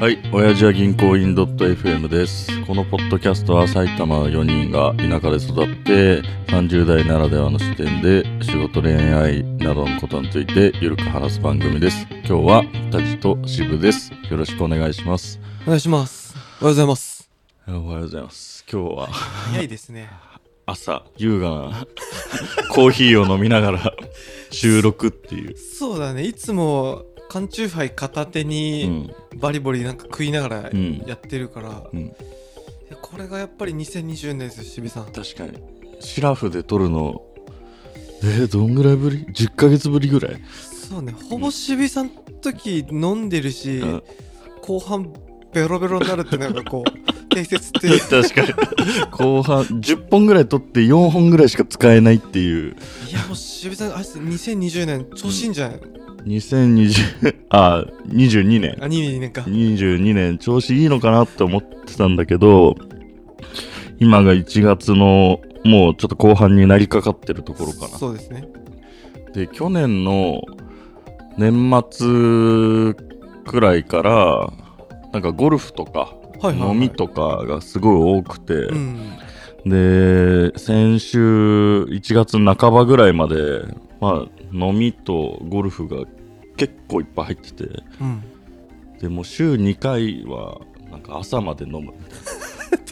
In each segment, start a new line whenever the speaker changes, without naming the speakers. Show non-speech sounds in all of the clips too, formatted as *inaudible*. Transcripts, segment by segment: はい、親父は銀行員 .fm です。このポッドキャストは埼玉の4人が田舎で育って、30代ならではの視点で仕事、恋愛などのことについてゆるく話す番組です。今日はタジと渋です。よろしくお願いします。
お願いします。おはようございます。
おはようございます。今日は
早いですね。
朝、優雅なコーヒーを飲みながら収録って
*laughs*
いう。
そうだね、いつも缶チューハイ片手
う
に
ん。
バリバリなんか食いながら
うん
やってるから、
うん。
いやこれがやっぱり2020年ですよ、渋さん。
確かに。シラフで撮るの、えー、どんぐらいぶり ?10 ヶ月ぶりぐらい
そうね、ほぼ渋さん時飲んでるし、
うん
後半ベロベロになるってなんかこう、
*laughs*
定説っていう。
確かに *laughs* 後半10本ぐらい取って4本ぐらいしか使えないっていう
いやもう渋さん、あいつ2020年調子いいんじゃないの、
2020あ22年
あ、22年か。
22年調子いいのかなって思ってたんだけど今が1月のもうちょっと後半になりかかってるところかな
そうですね。
で去年の年末くらいからなんかゴルフとか
はいはい、はい。
飲みとかがすごい多くて、
うん。
で、先週1月半ばぐらいまで、まあ、飲みとゴルフが結構いっぱい入ってて、
うん。
*laughs* でもう週2回は、なんか朝まで飲む。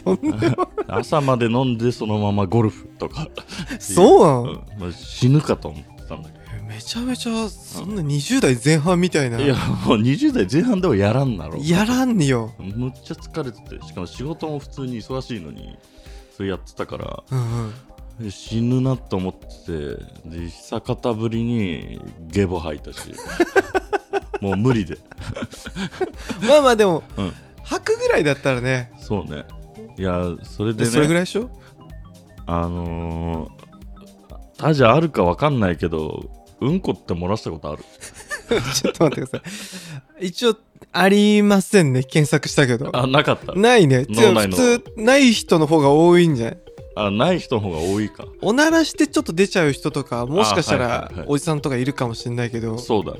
とんでも
朝まで飲んでそのままゴルフとか、 *laughs*
そうな
う
の、
んまあ、死ぬかと思ってたんだけ
めちゃめちゃそんな20代前半みたいな
ど、いや、もう20代前半ではやらんだろ。
やらんよ、
むっちゃ疲れてて、しかも仕事も普通に忙しいのに、それやってたから、
うんうん、
死ぬなと思っててで久方ぶりにゲボ吐いたし
*laughs*
もう無理で
まあまあでも、
うん
吐くぐらいだったらね
そうねいやそれ
で
でね
それぐらいでしょ *laughs*
あのー、タジあるかわかんないけどうんこって漏らしたことある
ちょっと待ってください一応ありませんね検索したけど
あなかった
ないねつ
脳内の
普通ない人の方が多いんじゃない
あない人の方が多いか
おならしてちょっと出ちゃう人とかもしかした
あはい
ら
はいはい
おじさんとかいるかもしれないけど
そうだね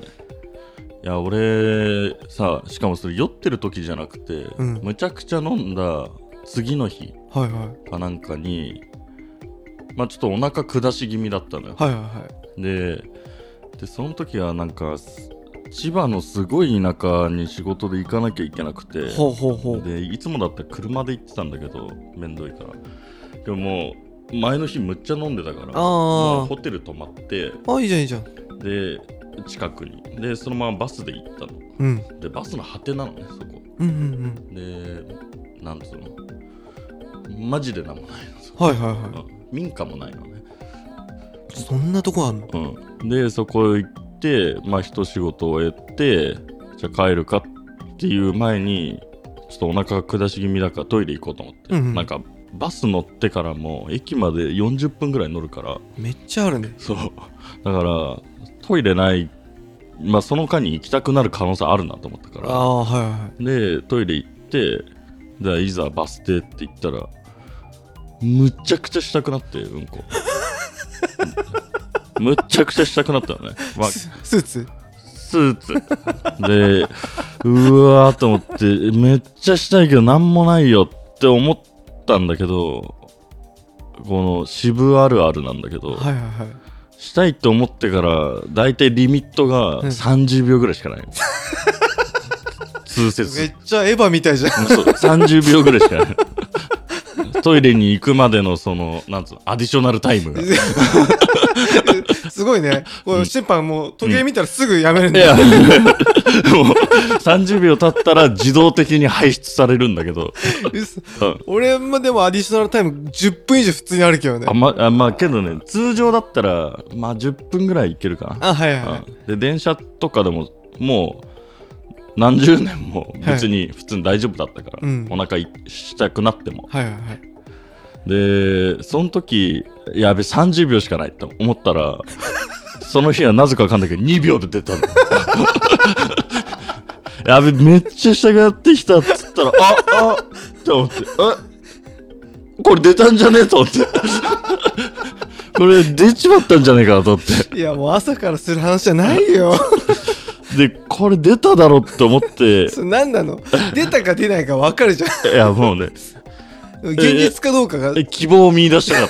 いや俺さしかもそれ酔ってる時じゃなくて、
うん
むちゃくちゃ飲んだ次の日
はいはい
かなんかにまあちょっとお腹下し気味だったのよ
はいはいはい
ででその時はなんかす千葉のすごい田舎に仕事で行かなきゃいけなくて
ほうほうほう
でいつもだったら車で行ってたんだけどめんどいからでももう前の日むっちゃ飲んでたから
あー
もうホテル泊まって
あいいじゃんいいじゃん
で近くにでそのままバスで行ったの
うん
でバスの果てなのねそこ
うんうん
でなんつうのマジでなんもないのそこ
うんはいはいは
うん民家もないのね
いそんなとこあんの
うん、でそこ行ってまあ一仕事終えてじゃあ帰るかっていう前にちょっとお腹が下し気味だからトイレ行こうと思って、
うんうん
なんかバス乗ってからも駅まで40分ぐらい乗るから *laughs*
めっちゃあるね
そうだからトイレないまあその間に行きたくなる可能性あるなと思ったから
ああはいはいはい
でトイレ行ってじゃあいざバス停って言ったらむちゃくちゃしたくなってうんこ *laughs* むっちゃくちゃしたくなったよね、まあ、
ススーツ
スーツでうわーと思ってめっちゃしたいけどなんもないよって思ったんだけどこの渋あるあるなんだけど、
はいはいはい
したいと思ってから大体リミットが
うん
30秒ぐらいしか
*laughs*
ない、通説
めっちゃエヴァみたいじゃ
*laughs*
ん
そう30秒ぐらいしか *laughs* ないトイレに行くまでのそのなんつうのアディショナルタイムがい
すごいねこ
うん
う審判もう時計見たらすぐやめる
*laughs*
んだよ、
やもう30秒経ったら自動的に排出されるんだけど、
嘘
うん
俺もでもアディショナルタイム10分以上普通にあるけどね
あまあまあけどね通常だったらまあ10分ぐらいいけるかな
あはいはいはい、
うんで電車とかでももう何十年も別に普通に大丈夫だったから、
うん
お腹いしたくなっても
はいはいはい
でその時やべ30秒しかないと思ったらその日はなぜかわかんないけど2秒で出たの *laughs* やべめっちゃしたくなってきたっつったらああって思ってえこれ出たんじゃねえと思って *laughs* これ出ちまったんじゃねえかなと思って *laughs*
いやもう朝からする話じゃないよ
でこれ出ただろって思って
それ何なの出たか出ないか分かるじゃん
いやもうね
現実かどうかが
希望を見出したかっ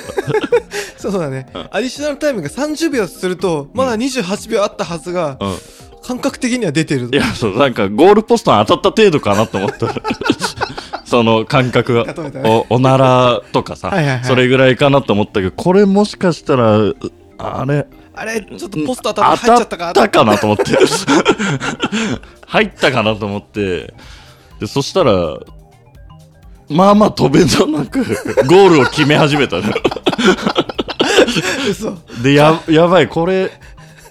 た
そうだねアディショナルタイムが30秒するとまだ28秒あったはずが、
うん
感覚的には出てる
いやそうなんかゴールポストに当たった程度かなと思った *laughs* その感覚が
例えたね
おおならとかさ
はいはいはい
それぐらいかなと思ったけどこれもしかしたらあれ
あれちょっとポスト当たって入っちゃったか
当たったかなと思って *laughs* 入ったかなと思ってでそしたらまあまあ飛べどなくゴールを決め始めたね
嘘
でややばいこれ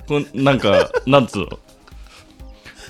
こなんかなんつうの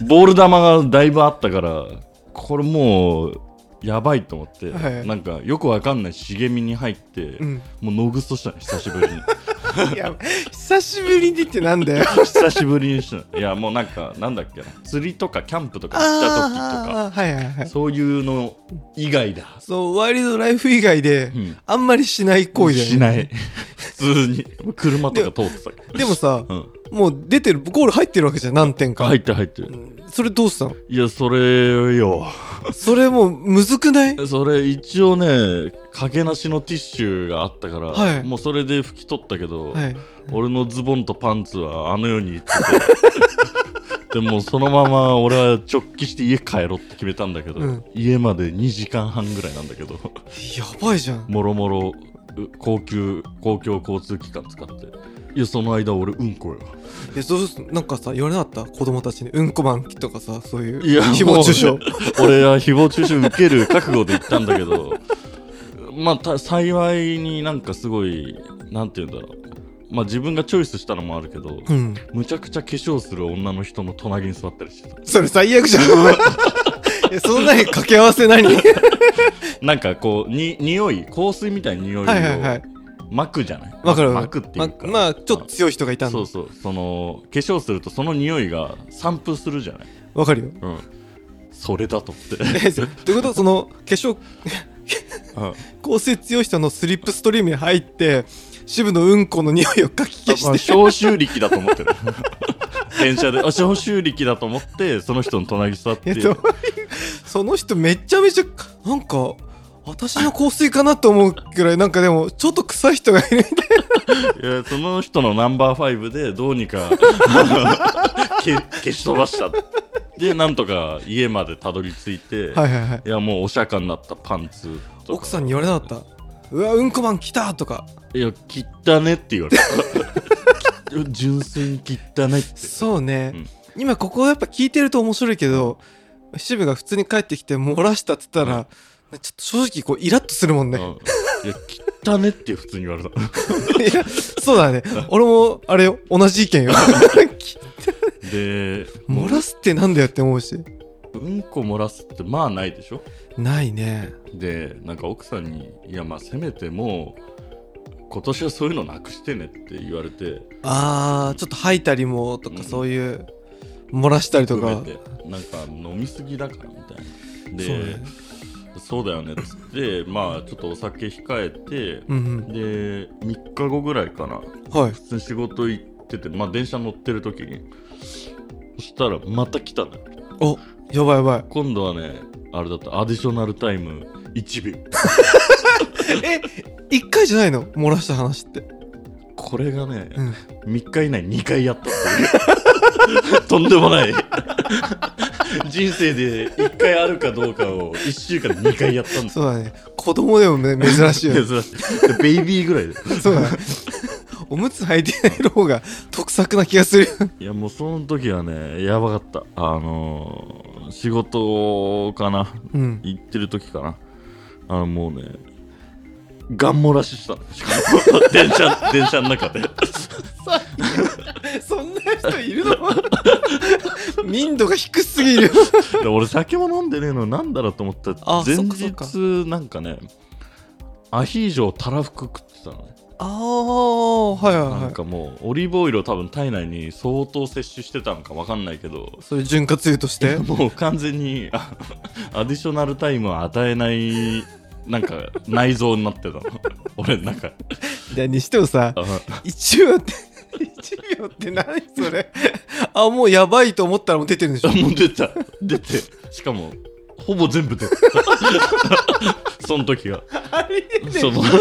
ボール球がだいぶあったからこれもうやばいと思って、
はい
なんかよくわかんない茂みに入って、
うん
もうノーグストしたの久しぶりに *laughs*
*laughs* いや久しぶりにってなんだよ
久しぶりにしたのいやもうなんかなんだっけな釣りとかキャンプとか行った時とか
あーはいはいはい
そういうの以外だ
そうワイルドライフ以外で、
ん
あんまりしない行為だよね
しない普通に車とか通ってたから
でもさ、
うん
もう出てるゴール入ってるわけじゃん何点か、
入ってる入ってる
それどうしたの
いやそれよ
それもうむずくない
それ一応ねかけなしのティッシュがあったから、
はい
もうそれで拭き取ったけど、
はい
俺のズボンとパンツはあのようにいってて *laughs* でもうそのまま俺は直帰して家帰ろうって決めたんだけど、
うん
家まで2時間半ぐらいなんだけど *laughs*
やばいじゃん
もろもろう高級公共交通機関使っていやその間俺うんこよ
えそうすなんかさ言われなかった子供たちにうんこマンキとかさそういう
いや
誹謗中傷
もう俺は誹謗中傷受ける覚悟で行ったんだけ
*laughs*
どまあた幸いになんかすごいなんて言うんだろうまあ自分がチョイスしたのもあるけど、
うん
むちゃくちゃ化粧する女の人の隣に座ったりしてた
それ最悪じ
*laughs*
ゃんえそんなに掛け合わせ何はい
なんかこうに匂い香水みたいな匂いを
はいはい
巻くじゃない
わかるわ
巻
か
くっ
る
ていうか、
ままあちょっと強い人がいたんだ
そうそうその化粧するとその匂いが散布するじゃない
わかるよ
うんそれだと思って、
*laughs* えそうということはその化
う
粧
ん
香水強い人のスリップストリームに入って渋のうんこの匂いをかき消
あまあ
して
消臭力だと思ってる *laughs* 電車であ消臭力だと思ってその人の隣に座って
えっと、その人めっちゃめちゃなんか私の香水かなと思うくらいなんかでもちょっと臭い人がいるみたい
いやその人のナンバーファイブでどうにか *laughs* け消し飛ばしたでなんとか家までたどり着いて、
はいはいはい
いやもうお釈迦になったパンツとか
奥さんに言われなかったうわうんこマン来たとか
いや切ったねって言われた純粋に切ったねって
そうね、
うん
今ここやっぱ聞いてると面白いけど渋が普通に帰ってきて漏らしたって言ったら、ちょっと正直こうイラッとするもんね、
うんいや切ったねって普通に言われた
いやそうだね俺もあれよ同じ意見よ *laughs*
で
漏らすってなんだよって思うし
うんこ漏らすってまあないでしょ
ないね
でなんか奥さんに「いやまあせめてもう今年はそういうのなくしてね」って言われて
あーちょっと吐いたりもと
うん
かそういう漏らしたりと
含
か
めてなんか飲みすぎだからみたいなで
そうだね
そうだよねっつって
*laughs*
まあちょっとお酒控えて、
うん
で3日後ぐらいかな
うんはい
普通に仕事行っててまあ電車乗ってる時にそしたらまた来たんだよ
おやばいやばい
今度はねあれだったアディショナルタイム1秒
え一1回じゃないの漏らした話って
これがね、
うん
3日以内2回やったっていう *laughs* とんでもない人生で1回あるかどうかを1週間で2回やったんです
そうだね子供でもね珍しいよね
珍しいベイビーぐらいで
そうだねおむつ履いてない方が得策な気がする
いやもうその時はねやばかったあのー、仕事かな
うん
行ってる時かなあのもうねガン漏らししたのしかも電車電車の中で
そんな人いるの *laughs* 民度が低すぎる
で俺酒も飲んでねえのなんだろうと思ったら
あ
前
そっかそっか
日なんかねアヒージョをたらふく食ってたのね、
ああはいはい
な
は
ん
い
かもうオリーブオイルを多分体内に相当摂取してたのかわかんないけど
そういう潤滑油
*laughs*
として
もう完全にあアディショナルタイムを与えないなんか内臓になってたの俺なんか
いやにしてもさ
あ
1秒って1よって何それ *laughs* あもうやばいと思ったらもう出てるんでし
あ
ょ
もう出た出てしかもほぼ全部出たその時が
ありえね
その *laughs*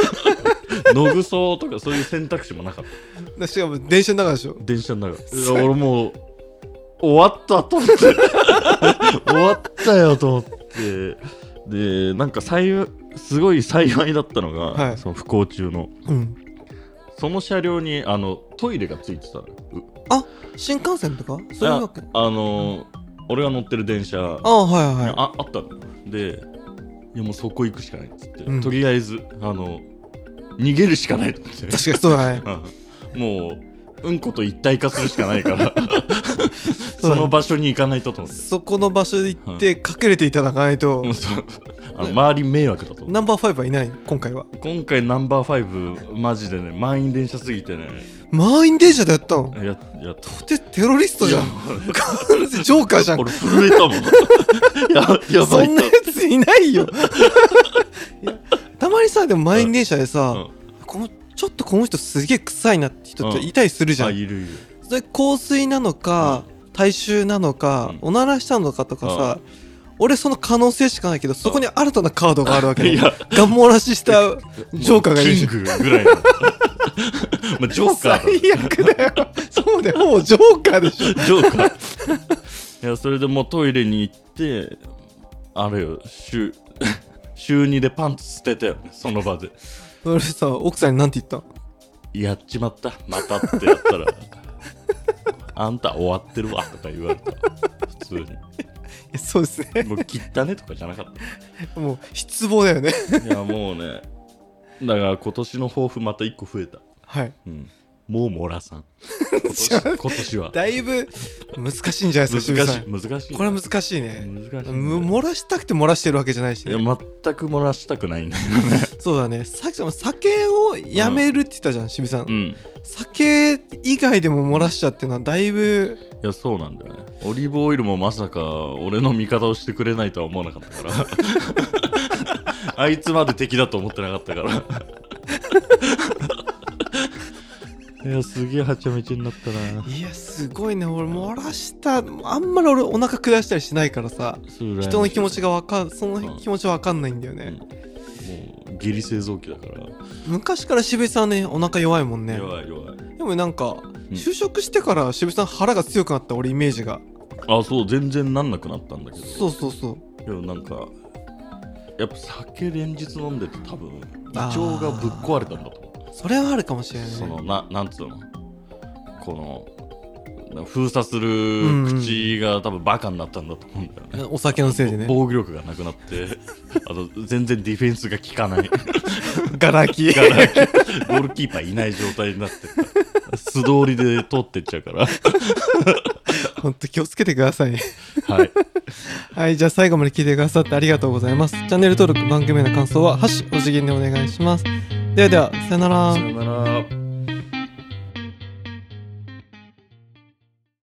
野ぐそとかそういう選択肢もなかった
えしかも電車の中でしょ
電車の中で
そう
俺もう終わったと思って
*laughs*
終わったよと思ってでなんか幸いすごい幸いだったのが、
はい
その不幸中の
うん
その車両にあのトイレがついてたのよう
新幹線とかそういうわけ
あの俺が乗ってる電車
ああはいはい
ああったのでいやもうそこ行くしかないっつって、
うん
とりあえずあの逃げるしかないと思って
確かにそうだね
うんもううんこと一体化するしかない
*laughs*
からその場所に行かないとと思って
そこの場所で行って隠れていただかないと
うんそうあの周り迷惑だと思って
ナンバー5はいない今回は
今回ナンバー5マジでね満員電車すぎてね
満員電車でやったの
ややった
とてテロリストじゃん
いやもうね
完全に *laughs* ジョーカーじゃん
俺震えた
*laughs*
もんややば
そ
いと
んなやついな
*laughs*
いよいやたまにさでも満員電車でさ、
うん
このちょっとこの人すげえ臭いなって人っていたりするじゃ
あ
ん、
いるいる
それ香水なのか、体臭なのか、
う
おならしたのかとかさ、俺その可能性しかないけどそこに新たなカードがあるわけ
い
よ
や
ガン漏らししたジョーカーがいる
キ
じ
ン
ゃん
グぐらいの *laughs* まあジョーカーだね
最悪だよそうだよもうジョーカーでし
*laughs*
ょ
ジョーカーいやそれでもうトイレに行ってあれよ週 *laughs* 週2でパンツ捨てたよねその場で
それさ奥さんになんて言ったの
やっちまったまたってやったらあんた終わってるわとか言われた普通に
いやそうですね
もう切ったねとかじゃなかっ
もう失望だよね
たいやもうねだから今年の抱負また1個増えた、
はい
うん、もうもら
*laughs*
さん今年今年は
だいぶ難しいんじゃないで
難
す
し
か
い
渋さん
難しい
これは難しいね
難しい
む漏らしたくて漏らしてるわけじゃないし
いや
ね、
全く漏らしたくないんだよね
そうだねさっきさ酒をやめるって言ったじゃん、渋さん、
うん
酒以外でも漏らしちゃうっていうのはだいぶ
いや、そうなんだよね。オリーブオイルもまさか、俺の味方をしてくれないとは思わなかったから。 *laughs* あいつまで敵だと思ってなかった *laughs* から。いや、すげえはちゃめちゃになったな。
いやすごいね俺漏らしたあんまり俺お腹下したりしないからさ人の気持ち
が。
がわかんその気持ちはわかんないんだよ
うん
ね、
もう、下痢製造機だから。
昔から渋井さんねお腹弱いもんね
弱い弱い。
でもなんか
ん
就職してから渋井さん腹が強くなった俺イメージが
あ、そう、全然なんなくなったんだけど。
そうそうそう
でもなんか、やっぱ酒連日飲んでて多分、胃
あ
腸
ー
がぶっ壊れたんだと思う。
それはあるかもしれないね
そのななんつうのこの封鎖する口が多分バカになったんだと思うんだよね、
*laughs* お酒のせいでね
防御力がなくなって *laughs* あと全然ディフェンスが効かない
*laughs* ガラ
*laughs*
キ
ガラ空きゴールキーパーいない状態になってる素通りで通ってっちゃうから
ほんと気をつけてください *laughs* ね
はい
はいじゃあ最後まで聞いてくださってありがとうございますチャンネル登録番組への感想は「ハッシュお辞儀」でお願いしますではではさよなら
さよなら